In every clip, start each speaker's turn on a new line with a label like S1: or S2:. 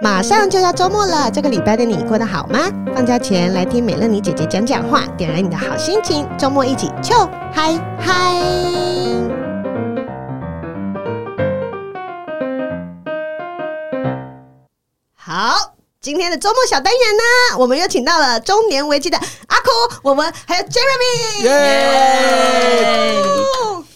S1: 马上就要周末了，这个礼拜的你过得好吗？放假前来听美乐妮姐姐讲讲话，点燃你的好心情，周末一起就嗨嗨！好，今天的周末小单元呢，我们又请到了中年危机的阿哭，我们还有 Jeremy。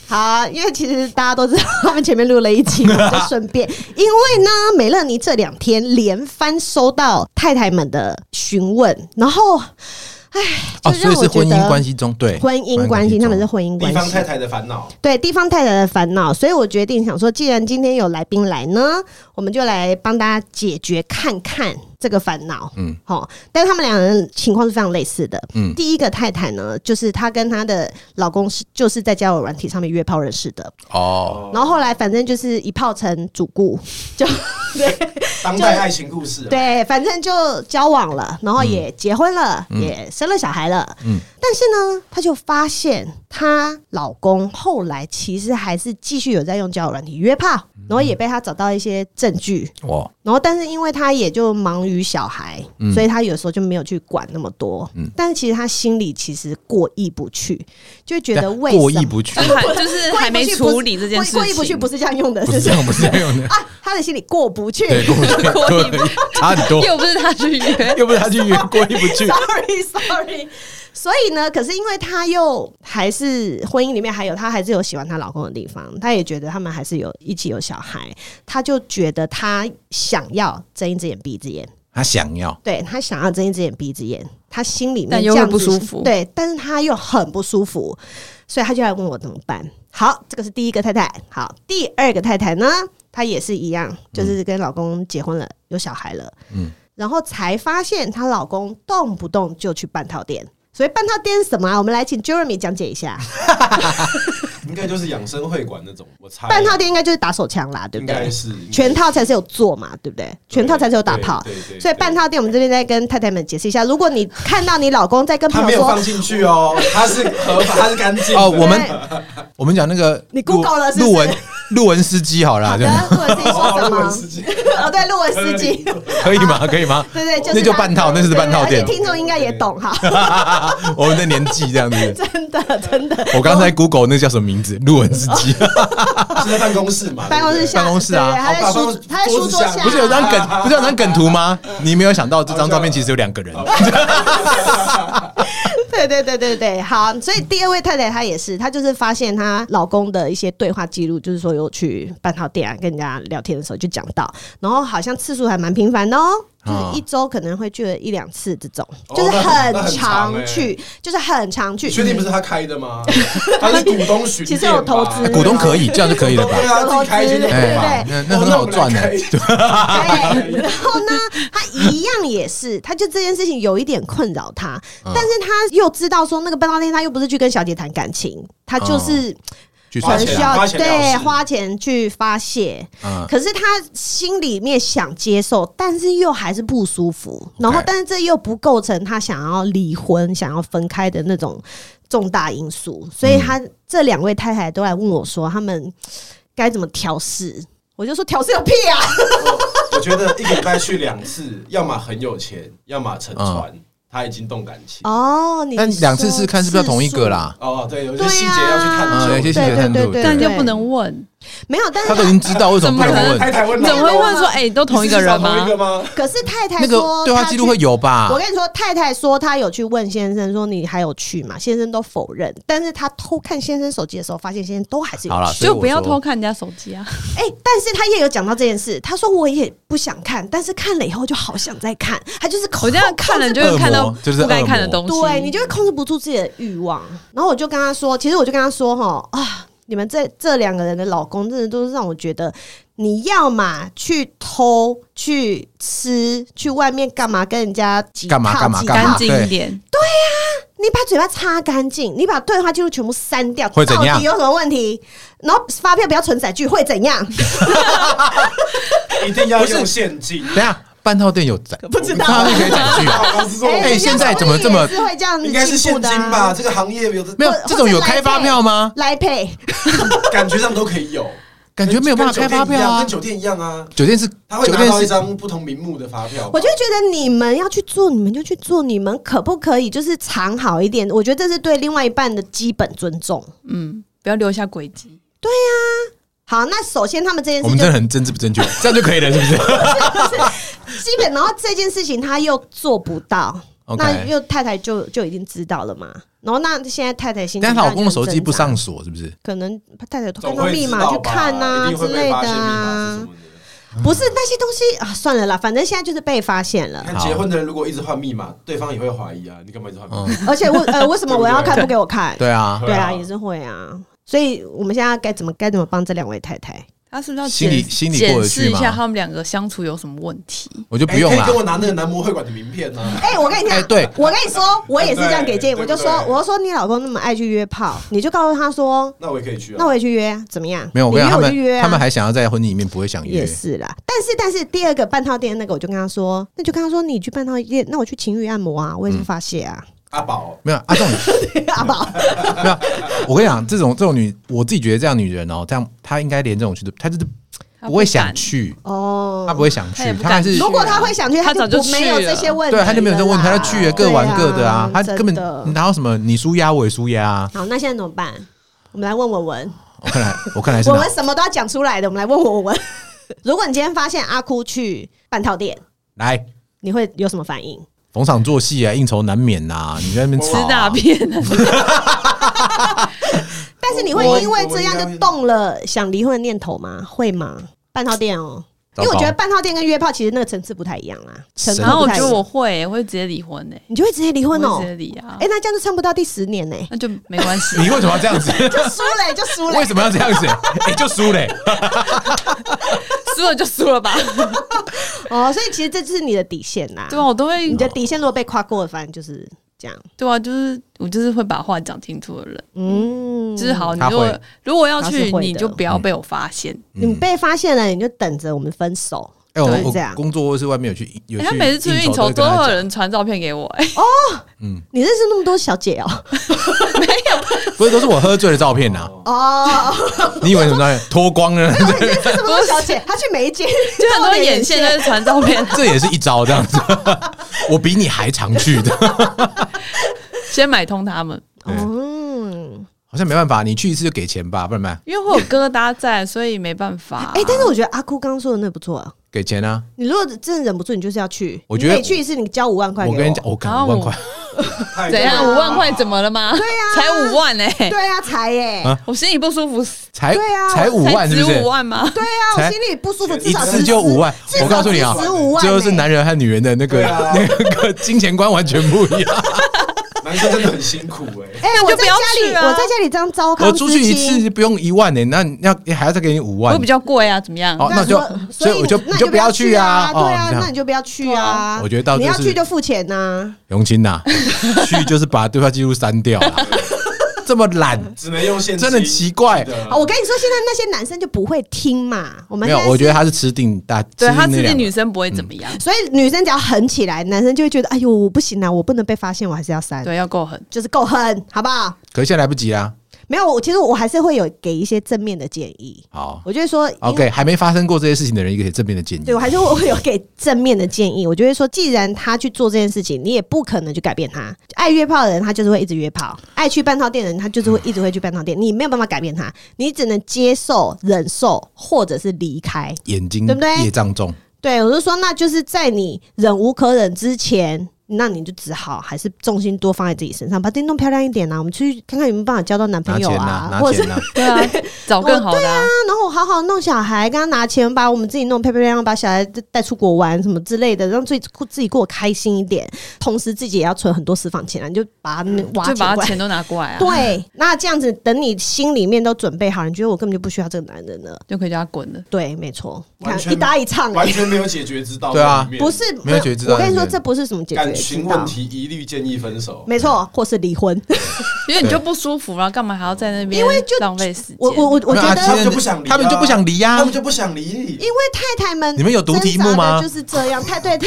S1: 好，因为其实大家都知道，他们前面录了一集，我们就顺便。因为呢，美乐妮这两天连番收到太太们的询问，然后，唉，就
S2: 哦，所
S1: 让
S2: 以
S1: 我
S2: 是
S1: 觉
S2: 婚
S1: 得
S2: 姻关系中，对，
S1: 婚姻关系，他们是婚姻
S3: 地
S1: 关
S3: 方
S1: 系
S3: 太。太的烦恼，
S1: 对地方太太的烦恼，所以我决定想说，既然今天有来宾来呢，我们就来帮大家解决看看这个烦恼。嗯
S2: 嗯，
S1: 好，但他们两人情况是非常类似的。嗯
S2: 嗯，
S1: 第一个太太呢，就是她跟她的老公是就是在交友软体上面约炮认识的，
S2: 哦，
S1: 然后后来反正就是一炮成主顾，就对
S3: 当代爱情故事啊。
S1: 对，反正就交往了，然后也结婚了，也生了小孩了。嗯
S2: 嗯，
S1: 但是呢，她就发现她老公后来其实还是继续有在用交友软体约炮，
S2: 嗯
S1: 然后也被她找到一些证据。
S2: 哇，
S1: 然后，但是因为她也就忙于小孩，
S2: 嗯
S1: 所以她有时候就没有去管那么多。但是其实她心里其实过意不去，就觉得为
S2: 过
S1: 什
S2: 意
S1: 么
S2: 不 去
S4: 就，是还就是
S1: 过意
S4: 还
S1: 不
S4: 没
S1: 去不
S4: 处
S1: 是
S4: 理这件事情，
S1: 过意不去不是这样用的，
S2: 不
S1: 是不是
S2: 是这？样，不是这样 的，
S1: 啊，他的心里过不去。
S2: 对，过不去，
S4: 过意
S2: 对， 差很 多，
S4: 又不是他去约，
S2: 又不是他去约，过意不去，
S1: sorry sorry，所以呢，可是因为她又还是婚姻里面还有她还是有喜欢她老公的地方，她也觉得他们还是有一起有小孩，她就觉得她想要睁一只眼闭一只眼，
S2: 他想要，
S1: 对她想要睁一只眼闭一只眼，她心里面
S4: 但又
S1: 这样
S4: 会不
S1: 子
S4: 舒
S1: 是
S4: 服
S1: 对，但是她又很不舒服，所以她就来问我怎么办。好，这个是第一个太太，好，第二个太太呢，她也是一样，就是跟老公结婚了，有小孩了，
S2: 嗯，
S1: 然后才发现她老公动不动就去半套店。所以半套店是什么啊？我们来请 Jeremy 讲解一下。
S3: 应该就是养生会馆那种，我猜
S1: 半套店应该就是打手枪啦，对
S3: 应
S1: 不
S3: 该
S1: 对？
S3: 是应该
S1: 全套才是有做嘛，对不对？全套才是有打
S3: 对
S1: 炮
S3: 对对。对
S1: 所以半套店，我们这边再跟太太们解释一下。如果你看到你老公在跟
S3: 他
S1: 朋
S3: 没
S1: 友
S3: 有
S1: 说
S3: 放进去哦，他是合法，他是干净的
S2: 哦我们
S1: 对
S2: 我们讲那个
S1: 你
S2: 路
S1: Google 了是不是
S2: 路文路文司机好
S1: 好
S2: 了，
S1: 的
S2: 对，，
S1: 陆文司机说什
S3: 哦
S1: 么
S3: 文？司机
S1: 哦，对，陆文司机，
S2: 可以吗？可 以吗？
S1: 对对，就是
S2: 那就
S1: 他
S2: 半套那是
S1: 对
S2: 半套
S1: 对而且
S2: 店
S1: 听众应该也懂哈，
S2: 我们的年纪这样子，
S1: 真的真的。
S2: 我刚才 Google 那叫什么名字？路文司机，
S3: 是在办公室嘛？
S1: 办公室下，
S2: 办公室啊
S1: 对对他在
S3: 哦办
S1: 书
S3: 公室
S1: 他在书桌
S3: 桌子
S1: 下，
S3: 下
S2: 不是有张
S1: 哦
S2: 梗，不是有张梗图吗？你没有想到这张照片其实有两个人，
S1: 啊对对对对对，好，所以第二位太太她也是，她就是发现她老公的一些对话记录，就是说有去半套店啊跟人家聊天的时候就讲到，然后好像次数还蛮频繁的哦。就是一周可能会去了一两次这种，
S3: 哦
S1: 就是
S3: 那
S1: 很
S3: 很
S1: 常
S3: 哦那很长
S1: 去，就是很常去。
S3: 对确定不是他开 的吗？他是股东巡
S1: 其
S3: 店
S1: 实
S3: 吧，
S1: 有投资
S2: 股东可以，这样就可以了吧
S3: 对？啊，自己开心就可以
S2: 哎
S3: 吧，
S2: 那那很好赚呢啊
S3: 哦那我们来开一间
S1: 对，哎然后呢，他一样也是，他就这件事情有一点困扰他，
S3: 嗯
S1: 但是他又知道说那个半导体他又不是去跟小姐谈感情，他就是
S2: 去
S1: 可
S2: 算
S3: 花
S1: 能
S3: 钱
S1: 需
S3: 啊
S1: 要
S3: 花钱了
S1: 对
S3: 事
S1: 花钱去发泄，
S2: 嗯
S1: 可是他心里面想接受，但是又还是不舒服，然后
S2: OK
S1: 但是这又不构成他想要离婚、想要分开的那种重大因素，所以他这两位太太都来问我说，他们该怎么调试。我就说调试有屁啊！
S3: 我觉得一个礼拜去两次，要么很有钱，要么沉船，
S2: 嗯
S3: 他已经动感情。
S1: 哦，你
S2: 但两次试看是不是要同一个啦？
S3: 哦，对，有
S1: 对
S3: 些
S1: 啊？
S3: 细节要去探
S2: 嗯有
S3: 究
S2: 一。些细
S1: 对
S2: 节探
S1: 对
S2: 究
S1: 对对，
S4: 但
S1: 对
S4: 就不能问，
S1: 没有，但是
S2: 他都已经知道为什么不
S4: 怎么
S2: 能
S4: 可能
S2: 问
S3: 太。太问
S4: 怎么
S3: 到
S4: 会问说，哎，都同一个人
S3: 你是
S4: 吗
S3: 同一？个吗？
S1: 可是太太
S2: 那
S1: 说
S2: 个对话记录会
S1: 她去
S2: 有吧？
S1: 我跟你说，太太说她有去问先生说你还有去吗？先生都否认，但是她偷看先生手机的时候，发现先生都还是有
S2: 好了，
S1: 去。
S2: 所以
S4: 就
S2: 我
S4: 不要
S2: 说
S4: 偷。看人家手机啊！
S1: 哎、但是她也有讲到这件事，她说我也不想看，但是看了以后就好想再看，她就是
S4: 我这样看了就会看到
S2: 恶魔就是
S4: 不该看的
S2: 恶魔
S4: 东西，
S1: 对你就会控制不住自己的欲望。然后我就跟他说，其实我就跟他说哈啊，你们这这两个人的老公真的都是让我觉得，你要嘛去偷去吃，去外面干嘛跟人家挤
S2: 干嘛
S1: 泡
S2: 干嘛
S1: 挤
S2: 干嘛
S4: 干
S1: 泡
S4: 净一点，
S1: 你把嘴巴擦干净，你把对话记录全部删掉，
S2: 会怎样
S1: 到底有什么问题？然后发票不要存载具，会怎 样？
S3: 一定要用现金。
S2: 等一下半套店有展，
S1: 不知道
S2: 半套店可以展 去。
S3: 老实说，
S2: 哎
S1: 人家
S2: 现在怎么这么
S1: 也是会这样子
S3: 应该是
S1: 进步
S3: 现
S1: 的
S3: 金
S1: 啊
S3: 吧？？这个行业有的
S2: 没有
S1: 或
S2: 这种有
S1: 或者来
S2: 开发票吗？
S1: 来配，
S3: 感觉上都可以有。
S2: 感觉没有办法开发票啊
S3: 跟。酒店一样啊，
S2: 酒店是
S3: 他会
S2: 酒
S3: 拿
S2: 店
S3: 到一
S2: 是
S3: 张不同名目的发票吧。
S1: 我就觉得你们要去做，你们就去做，你们可不可以就是藏好一点？我觉得这是对另外一半的基本尊重。
S4: 嗯，不要留下轨迹。
S1: 好，那首先他们这件
S2: 我
S1: 事
S2: 们真
S1: 就
S2: 的很政治不 正确，这样就可以了，是不是？
S1: 基本，然后这件事情他又做不到
S2: OK
S1: 那又太太就就已经知道了嘛。然后那现在太太心情，
S2: 但她老公的手机不上，锁，是不是？
S1: 可能太太偷看
S3: 总
S1: 到
S3: 会
S1: 密
S3: 知
S1: 码
S3: 道
S1: 去
S3: 吧
S1: 看啊
S3: 一定
S1: 之
S3: 会被
S1: 类的
S3: 发现密码是
S1: 啊
S3: 什，么的。
S1: 不是那些东西啊，算了啦，反正现在就是被发现了
S3: 你。 看结婚的人如果一直换密码，对方也会怀疑啊，你干嘛一直换密码？
S2: 嗯，
S1: 而且我呃，为什么我要看
S3: 对
S1: 不给我看？
S2: 对啊，
S1: 对啊，也是会啊。所以我们现在该怎么该怎么帮这两位太太？
S4: 他是不是要
S2: 心里
S4: 检
S2: 心里过
S4: 检
S2: 得去
S4: 视一
S2: 吗
S4: 下他们两个相处有什么问题？
S2: 我就
S3: 哎
S2: 不用啊
S3: 可以
S2: 啦
S3: 给。我拿那个男模会馆的名片啊。
S1: 哎、我跟你讲，
S2: 哎对
S1: 我跟你说，我也是这样给建议，
S3: 对
S1: 我就
S3: 对
S1: 说
S3: 不，对啊
S1: 我就说你老公那么爱去约炮，你就告诉他说，
S3: 那我也可以去啊。
S1: 那我也去约啊，怎么样？
S2: 没有，我
S1: 你
S2: 跟你
S1: 约
S2: 讲，他
S1: 我就约
S2: 们
S1: 啊，
S2: 他们还想要在婚礼里面不会想约
S1: 也，是啦。但是但是第二个半套店那个，我就跟他说，那就跟他说你去半套店，那我去情欲按摩啊，我也是发泄啊，
S3: 阿宝，
S2: 没有啊阿仲，
S3: 嗯
S1: 阿宝，
S2: 没有。我跟你讲，这种这种女，我自己觉得这样女人哦，这样她应该连这种去都，她就是
S4: 他
S2: 不会
S4: 敢
S2: 想去，
S1: 哦
S2: 她不会想
S4: 她也
S2: 去，
S4: 不
S2: 她
S4: 敢
S2: 还是
S1: 如果他会想去，
S4: 他
S1: 就
S4: 早就
S1: 不没有
S4: 去了
S1: 这些问题，
S2: 对，她就没有这问题，她就去了，各玩各的啊，她
S1: 他
S2: 根本哪有什么你输压我也输压啊。
S1: 好，那现在怎么办？我们来问文文，
S2: 我看来我看来是
S1: 我
S2: 哪
S1: 们什么都要讲出来的。我们来问文 文，如果你今天发现阿哭去半套店，
S2: 来
S1: 你会有什么反应？
S2: 逢场作戏啊，应酬难免呐，你在那边
S4: 吃
S2: 吵啊
S4: 大便啊，
S1: 但是你会因为这样就动了想离婚的念头吗？会吗？半套店哦、因
S2: 糟
S1: 为
S2: 糕
S1: 我觉得半套店跟约炮其实那个层次不太一样啦，程度
S4: 然后
S1: 不
S4: 我
S1: 太
S4: 觉
S1: 一
S4: 得
S1: 样。
S4: 我会、我会直接离婚呢、
S1: 你就会直接离婚
S4: 我
S1: 哦、
S4: 会直接离啊
S1: 哎、，那这样就撑不到第十年呢、
S4: 那就没关系。啊
S2: 你为什么要这样子？
S1: 就输了、就输了、
S2: 为什么要这样子？哎，就输嘞。
S4: 输了就输 了吧，
S1: 哦，所以其实这就是你的底线啦。
S4: 对啊，我都会
S1: 你，的底线如果被跨过，反正就是这样。
S4: 对啊，就是我就是会把话讲清楚的人，
S1: 嗯，
S4: 就是好，你
S2: 他
S4: 如果
S2: 会嗯
S4: 如果要
S1: 他是
S4: 去，
S1: 会的
S4: 你就不要被我发现。
S1: 你被发现了，你就等着我们分手。
S2: 哎，我
S1: 对
S2: 我
S1: 这样
S2: 工作或是外面有去，有
S4: 哎
S2: 去
S4: 他每次出去应酬
S2: 酬
S4: 都
S2: 跟他
S4: 会有
S2: 讲
S4: 人传照片给我、 哎，
S1: 你认识那么多小姐哦、
S2: 不是都是我喝醉的照片呐、
S1: 哦，
S2: 你以为什么照片？脱光了，
S1: 你认识这么多小姐，她去每一间
S4: 就很多
S1: 做
S4: 眼线就是传照片，
S2: 这也是一招这样子。 我比你还常去的，
S4: 先买通他们，
S1: 哦
S2: 对
S1: 嗯，
S2: 好像没办法，你去一次就给钱吧，不然怎么办
S4: 因为会有疙瘩在，所以没办法、
S1: 哎、但是我觉得阿哭刚刚说的那不错啊。
S2: 给钱啊？
S1: 你如果真的忍不住，你就是要去。
S2: 我觉得
S1: 你每去一次，你交五万块。
S2: 我跟你讲，，我
S4: 然
S2: 敢
S4: 后
S2: 五万块，
S3: 太
S4: 怎样？
S1: 对啊
S4: 五万块怎么了吗？对
S1: 啊
S4: 才五万哎、
S1: 对啊，才耶、
S2: 啊
S4: 我心里不舒服，
S2: 才
S1: 对啊
S2: 才五万
S4: 才
S2: 是
S4: 值
S2: 不是
S4: 五？万吗？
S1: 对啊，我
S2: 才
S1: 心里不舒服，至
S2: 一
S1: 少
S2: 次就五万，我告诉你啊，
S1: 十五万、
S2: 这就是男。人和女人的那个
S3: 对 啊
S2: 那个金钱观完全不一样。
S3: 男生真的很辛苦
S1: 哎、
S3: 哎。
S1: 我
S4: 就
S1: 在
S4: 不要
S1: 家里，
S4: 去啊
S1: 我在家里这样糟糠
S2: 我
S1: 之
S2: 出去一次
S1: 妻，
S2: 就不用一万呢，那你要你还要再给你五
S4: 会
S2: 万
S4: 比。较贵啊？怎么样？
S2: 哦那就
S1: 所
S2: 所以
S1: 以
S2: 我就
S1: 你
S2: 你
S1: 那
S2: 就
S1: 不
S2: 不
S1: 要
S2: 要
S1: 去
S2: 去
S1: 啊，
S2: 啊
S1: 对啊
S2: 哦，这样
S1: 那你就不要去
S4: 对
S1: 啊
S4: 啊。
S2: 我觉得到
S1: 你
S2: 就
S1: 要
S2: 是
S1: 去就付钱呐、
S2: 永清呐，去就是把对话记录删掉啦， 这么懒，
S3: 只能用现金，
S2: 真的奇怪
S3: 是的
S1: 啊。我跟你说，现在那些男生就不会听嘛。我们
S2: 没有
S1: 现，在
S2: 我
S1: 是
S2: 觉得他是吃定大，
S4: 对他
S2: 定那
S4: 自己
S2: 两个嗯
S4: 女生不会怎么样，
S1: 所以女生只要狠起来，男生就会觉得，哎呦，我不行啊，我不能被发现，我还是要删，
S4: 对，要够狠。
S1: 就是够狠，好不好？
S2: 可是现在来不及啦。
S1: 没有，我其实我还是会有给一些正面的建议。
S2: 好
S1: 我就会说因为
S2: ，OK，还没发生过这些事情的人，一个这边的建议
S1: 对，我还是会有给正面的建议。我就会说，既然他去做这件事情，你也不可能去改变他。爱约炮的人，他就是会一直约炮；爱去半套店的人，他就是会一直会去半套店。你没有办法改变他，你只能接受、忍受，或者是离开。
S2: 眼睛
S1: 对不对
S2: 业障重，
S1: 对，我就说，那就是在你忍无可忍之前，那你就只好还是重心多放在自己身上，把电动漂亮一点啊。我们去看看有没有办法交到男朋
S2: 拿
S1: 友
S2: 钱
S1: 啊
S2: 呐，，拿
S1: 或者是
S2: 钱呐，
S4: 对啊，找更好的、啊。
S1: 然后我好好弄小孩，跟他拿钱，把我们自己弄漂漂亮亮，把小孩带出国玩什么之类的，让自己自己过得开心一点。同时自己也要存很多私房钱啊，你就把它们挖
S4: 就把
S1: 过来。
S4: 他钱都拿过来啊，
S1: 对，那这样子，等你心里面都准备好，你觉得我根本就不需要这个男人了。
S4: 就可以叫他滚了。
S1: 对，没错，你
S3: 完
S1: 看
S3: 全
S1: 一搭一唱、
S3: 完
S1: 欸，
S3: 全没有解决之道。
S2: 对啊
S1: 不是
S2: 没有解决之道
S1: 我跟你说，
S2: 对
S1: 这不是什么解决
S3: 感
S1: 之
S3: 情
S1: 道
S3: 问，题，一律建议分手。
S1: 没错，或是离婚。
S4: 因为你就不舒服了，干嘛还要在那边？因为就浪费时间。
S1: 我我我我
S2: 没有
S1: 觉
S2: 啊
S1: 得
S2: 其实
S3: 他们就不想离啊
S2: 他们就不想离呀
S3: 他。们就不想理你啊
S1: 因为太太们
S2: 你们有读题目吗
S1: 挣扎的就是这样，太对，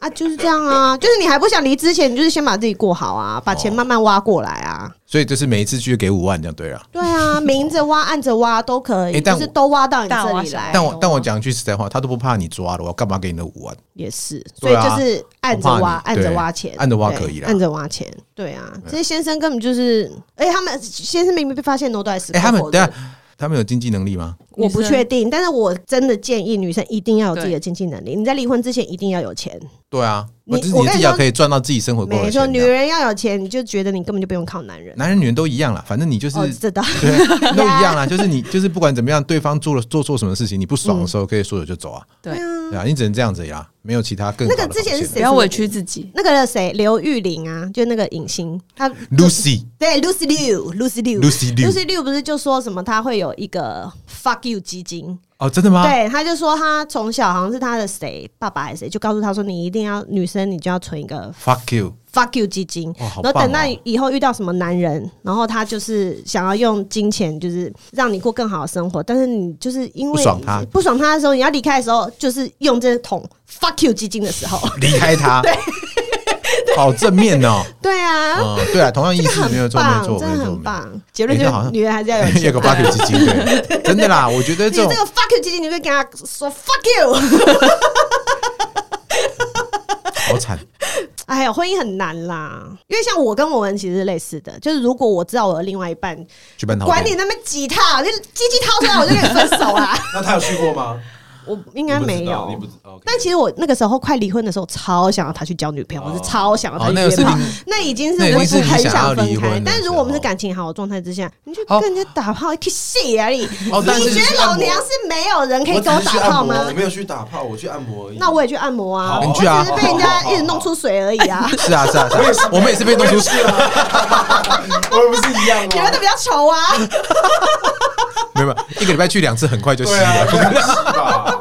S1: 啊，就是这样啊，就是你还不想离之前，你就是先把自己过好
S2: 哦
S1: 啊，把钱慢慢挖过来啊。
S2: 所以就是每一次去给五万这样对啊。
S1: 对 啊，明着挖、暗着挖都可以，
S2: 诶但
S1: 就
S2: 我
S1: 是都挖到你
S4: 大
S1: 这
S4: 挖
S1: 里
S4: 小
S1: 来。
S2: 但我但我讲句实在话，他都不怕你抓了，我干嘛给你那五万？
S1: 也是，所
S2: 对
S1: 以
S2: 啊
S1: 就是按着
S2: 我
S1: 挖，
S2: 怕
S1: 按
S2: 你
S1: 着挖钱，
S2: 对按着挖
S1: 对
S2: 可以啦
S1: 按着挖钱，对啊，这些先生根本就是，而且他们先生明明被发现 no 对死，
S2: 哎、他们对啊，他们有经济能力吗？
S1: 我不
S4: 女生
S1: 确定，但是我真的建议女生一定要有自己的经济能力，你在离婚之前一定要有钱，
S2: 对啊，
S1: 你
S2: 我就是
S1: 我
S2: 你
S1: 跟
S2: 自
S1: 你
S2: 己要
S1: 说
S2: 可以赚到自己生活过
S1: 没
S2: 的
S1: 错，
S2: 钱
S1: 女
S2: 的。
S1: 人要有钱，你就觉得你根本就不用靠男人。
S2: 男人女人都一样啦，反正你就是、
S1: 哦， 知道，
S2: 对都一样啦，就是你就是不管怎么样，对方做了做错什么事情，你不爽
S1: 嗯
S2: 的时候可以说走就走啊，
S4: 对
S2: 对啊，你只能这样子呀，没有其他更
S1: 那
S2: 好
S1: 个
S2: 的
S1: 之前是
S2: 防线
S4: 不要委屈自己。
S1: 那个谁，刘玉玲啊，就那个影星，她就
S2: Lucy
S1: 对 Lucy Liu，Lucy Liu。
S2: Lucy Liu
S1: Lucy Liu 不是就说什么她会有一个 fuck you 基金，
S2: 哦，真的吗？
S1: 对，他就说他从小好像是他的谁爸爸还是谁，就告诉他说你一定要女生你就要存一个
S2: Fuck you，
S1: fuck you 基金，
S2: 哇好
S1: 然后
S2: 棒
S1: 等到
S2: 哦
S1: 以后遇到什么男人，然后他就是想要用金钱就是让你过更好的生活，但是你就是因为
S2: 不爽他
S1: 不爽他的时候，你要离开的时候，就是用这桶 fuck you 基金的时 候，
S2: 离 开他，好正面哦，
S1: 对啊。
S2: 嗯，对啊，同样意
S1: 这个
S2: 思，没有
S1: 很
S2: 错，没有错，
S1: 棒，
S2: 没
S1: 真的
S2: 有
S1: 很
S2: 错没 有错，
S1: 棒。结论就
S2: 哎这好
S1: 是，
S2: 像
S1: 女人还是要有 钱。
S2: 有个 Fuck you 基金， 对，真的啦，我觉得
S1: 你这
S2: 这种
S1: 个 fuck you 基金，你就跟他说 fuck you。
S2: 好惨，
S1: 哎呀，婚姻很难啦，因为像我跟文文其实是类似的，就是如果我知道我的另外一半
S2: 举办讨
S1: 管你那么几套，就鸡鸡掏出来我就跟你分手啦，
S3: 那他有去过吗？
S1: 我应该没
S3: 你不知道你
S1: 有
S3: 不。知道。OK
S1: 但其实我那个时候快离婚的时候，超想要他去交女朋友，我是
S3: 哦
S1: 超想要他
S2: 哦
S1: 去
S2: 那个
S1: 约
S2: 是
S1: 炮
S2: 另，
S1: 那已经是
S2: 那已
S1: 我
S2: 经是你
S1: 很
S2: 想要
S1: 分
S2: 离
S1: 开
S2: 婚。的
S1: 但
S2: 时
S1: 如果我们是
S2: 候
S1: 感情好的状态之下，你去
S2: 哦
S1: 跟人家打炮，去戏啊你！
S2: 哦但
S1: 你
S2: 是
S1: 觉
S2: 去
S1: 得
S2: 按
S1: 老
S2: 摩
S1: 娘是没有人可以
S3: 我只
S1: 跟我
S3: 是去
S1: 打
S3: 按
S1: 炮
S3: 摩，我
S1: 吗？
S3: 没有去打炮，我去按摩而已。
S1: 那我也去按摩啊，
S3: 好
S1: 我
S2: 你
S1: 只
S2: 去啊
S1: 是被人家一直弄出水而已啊。
S2: 是啊是啊是啊，我们也是被弄出去，
S3: 我们不是一样
S1: 你们
S3: 吗
S1: 都？比较丑啊。
S2: 没有没有，一个礼拜去两次，很 快就吸
S3: 对啊，
S2: 了。
S3: 不是吧？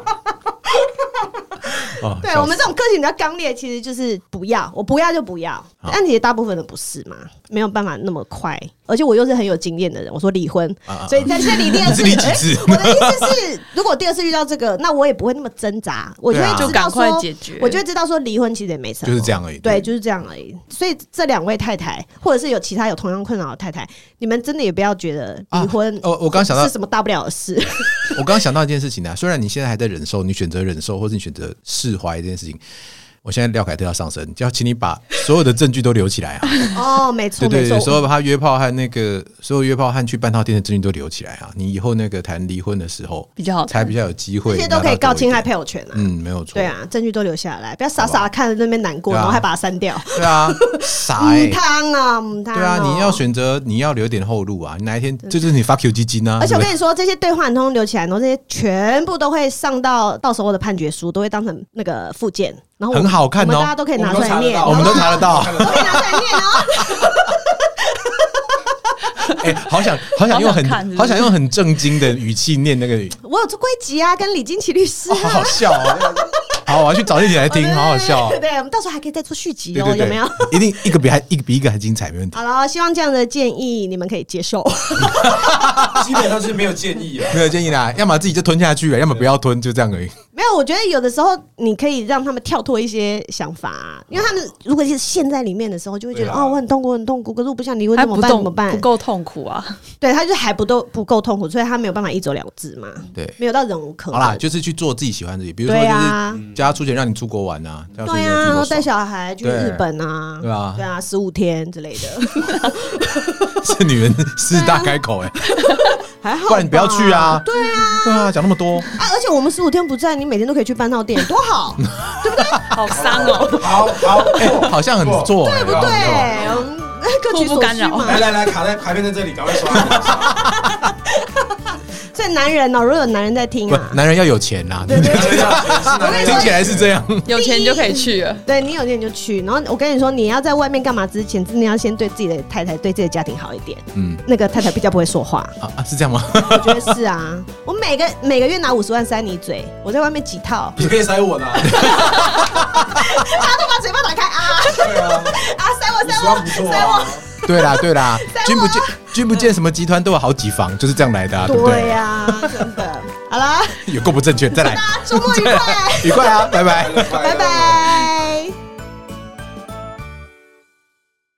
S2: 哦
S1: 对啊
S2: 笑死
S1: 我们这种个性比较刚烈，其实就是不要，我不要就不要。但其实大部分的不是嘛，没有办法那么快。而且我又是很有经验的人，我说离婚，
S2: 啊啊
S1: 所以在这里第二次，
S2: 你是离几次
S1: 哎 我的意思是，如果第二次遇到这个，那我也不会那么挣扎，我就会
S2: 对啊
S1: 知道
S4: 就赶
S1: 说
S4: 快解决
S1: 我就会知道说离婚其实也没什么，
S2: 就是这样而已
S1: 对，
S2: 对
S1: 就是这样而已。所以这两位太太，或者是有其他有同样困扰的太太，你们真的也不要觉得离婚、
S2: 啊我我刚想到
S1: 是什么大不了的 事，
S2: 我刚刚想到一件事情啊，虽然你现在还在忍受，你选择忍受，或是你选择释怀这件事情，我现在廖凯特要上身，就要请你把所有的证据都留起来啊！
S1: 哦，没错
S2: 对
S1: 没
S2: 对对，
S1: 错
S2: 所，有他约炮和那个所有约炮和去半套店的证据都留起来啊！你以后那个谈离婚的时候，
S4: 比较好
S2: 才比较有机会，
S1: 这些都可以告侵害。配偶权啊。
S2: 嗯，没有错。
S1: 对，啊，证据都留下来，不要傻傻地看着那边难过，
S2: 对啊
S1: 然后还把它删掉。
S2: 对啊，傻 哎、
S1: 母汤啊，母汤、
S2: 对啊，你要。选择，你要留点后路啊！哪一天这就是你 fuck you 基金啊！
S1: 而且我
S2: 对不对
S1: 跟你说，这些对话你通通留起来，然后这些全部都会上到到时候的判决书，都会当成那个附件，然后我
S2: 很好看哦
S1: 我们大家都可以拿出来念，
S2: 哦我们都
S1: 好不好
S2: 查得 到，
S1: 都可以拿出来念哦。
S2: 哎、好想好想用很
S4: 好想看是不是
S2: 好想用很正经的语气念那个语，
S1: 我有做过一集啊，跟李金奇律师
S2: 哦、好好笑哦！好，我要去找一集来听，好好笑、哦
S1: 对。对，我们到时候还可以再做续集
S2: 对
S1: 哦，
S2: 对对，
S1: 有没有？？
S2: 一定一个比还一个比一个还精彩，没问题。
S1: 好了，希望这样的建议你们可以接受。
S3: 基本上是没有建议啊。
S2: 没有建议啦，要么自己就吞下去，要么不要吞，就这样而已。
S1: 没有，我觉得有的时候你可以让他们跳脱一些想法、啊因为他
S2: 哦
S1: 们如果是陷在里面的时候，就会觉得、
S3: 对啊
S1: 哦，我很痛苦，很痛苦，可是我不想离婚，
S4: 还
S1: 怎么
S4: 不
S1: 办？
S4: 动
S1: 怎么办
S4: 不？够痛苦啊！
S1: 对，他就是还不够不够痛苦，所以他没有办法一走了之嘛，
S2: 对，
S1: 没有到忍无可
S2: 好啦，
S1: 忍。
S2: 就是去做自己喜欢的自己，比如说
S1: 对
S2: 就是
S1: 啊，
S2: 叫他出钱让你出国玩啊，叫他出
S1: 对
S2: 钱
S1: 啊，
S2: 让
S1: 然
S2: 你
S1: 后
S2: 出
S1: 带
S2: 国爽。
S1: 小孩去日本啊，
S2: 对啊
S1: 对啊，十五天之类的，
S2: 这女人狮子大开口哎，
S1: 还好。
S2: 不然你不要去啊。
S1: 对啊，
S2: 对啊，讲那么多，
S1: 啊，而且我们十五天不在，你每天都可以去半套店，多 好，
S4: 好伤哦，
S3: 好好，
S2: 哎，好像很不错，
S3: 对
S2: 哎
S3: 不
S1: 对
S3: 好好，
S1: 嗯 各取
S4: 互
S1: 所
S4: 不干
S1: 需
S4: 扰
S1: 嘛
S3: 来。哎来来，卡在卡片在这里，赶快 刷。
S1: 所以男人哦，如果有男人在听啊
S2: 不，，男人要有钱呐，
S1: 对对对
S2: 听起来是这样。
S4: 有钱就可以去 了。
S1: 对你有钱你就去，然后我跟你说，你要在外面干嘛之前，真的要先对自己的太太、对自己的家庭好一点。
S2: 嗯，
S1: 那个太太比较不会说话，
S2: 啊啊，是这样吗？
S1: 我觉得是啊。我每个每个月拿五十万塞你嘴，我在外面几套，
S3: 你可以塞 我的啊，
S1: 他都把嘴巴打开 啊
S3: 对啊，
S1: 啊塞我
S3: 你
S1: 塞
S3: 刷
S1: 我
S3: 不错
S1: 塞我
S3: 啊，。
S2: 对啦对啦
S1: 在，
S2: 君
S1: 我
S2: 不见君不见什么集团都有好几房，就是这样来的，啊，对不
S1: 对
S2: 对？
S1: 呀、真的。好了，
S2: 有够不正确，再来，
S1: 周末愉快，
S2: 愉快啊，拜拜。
S1: 拜拜。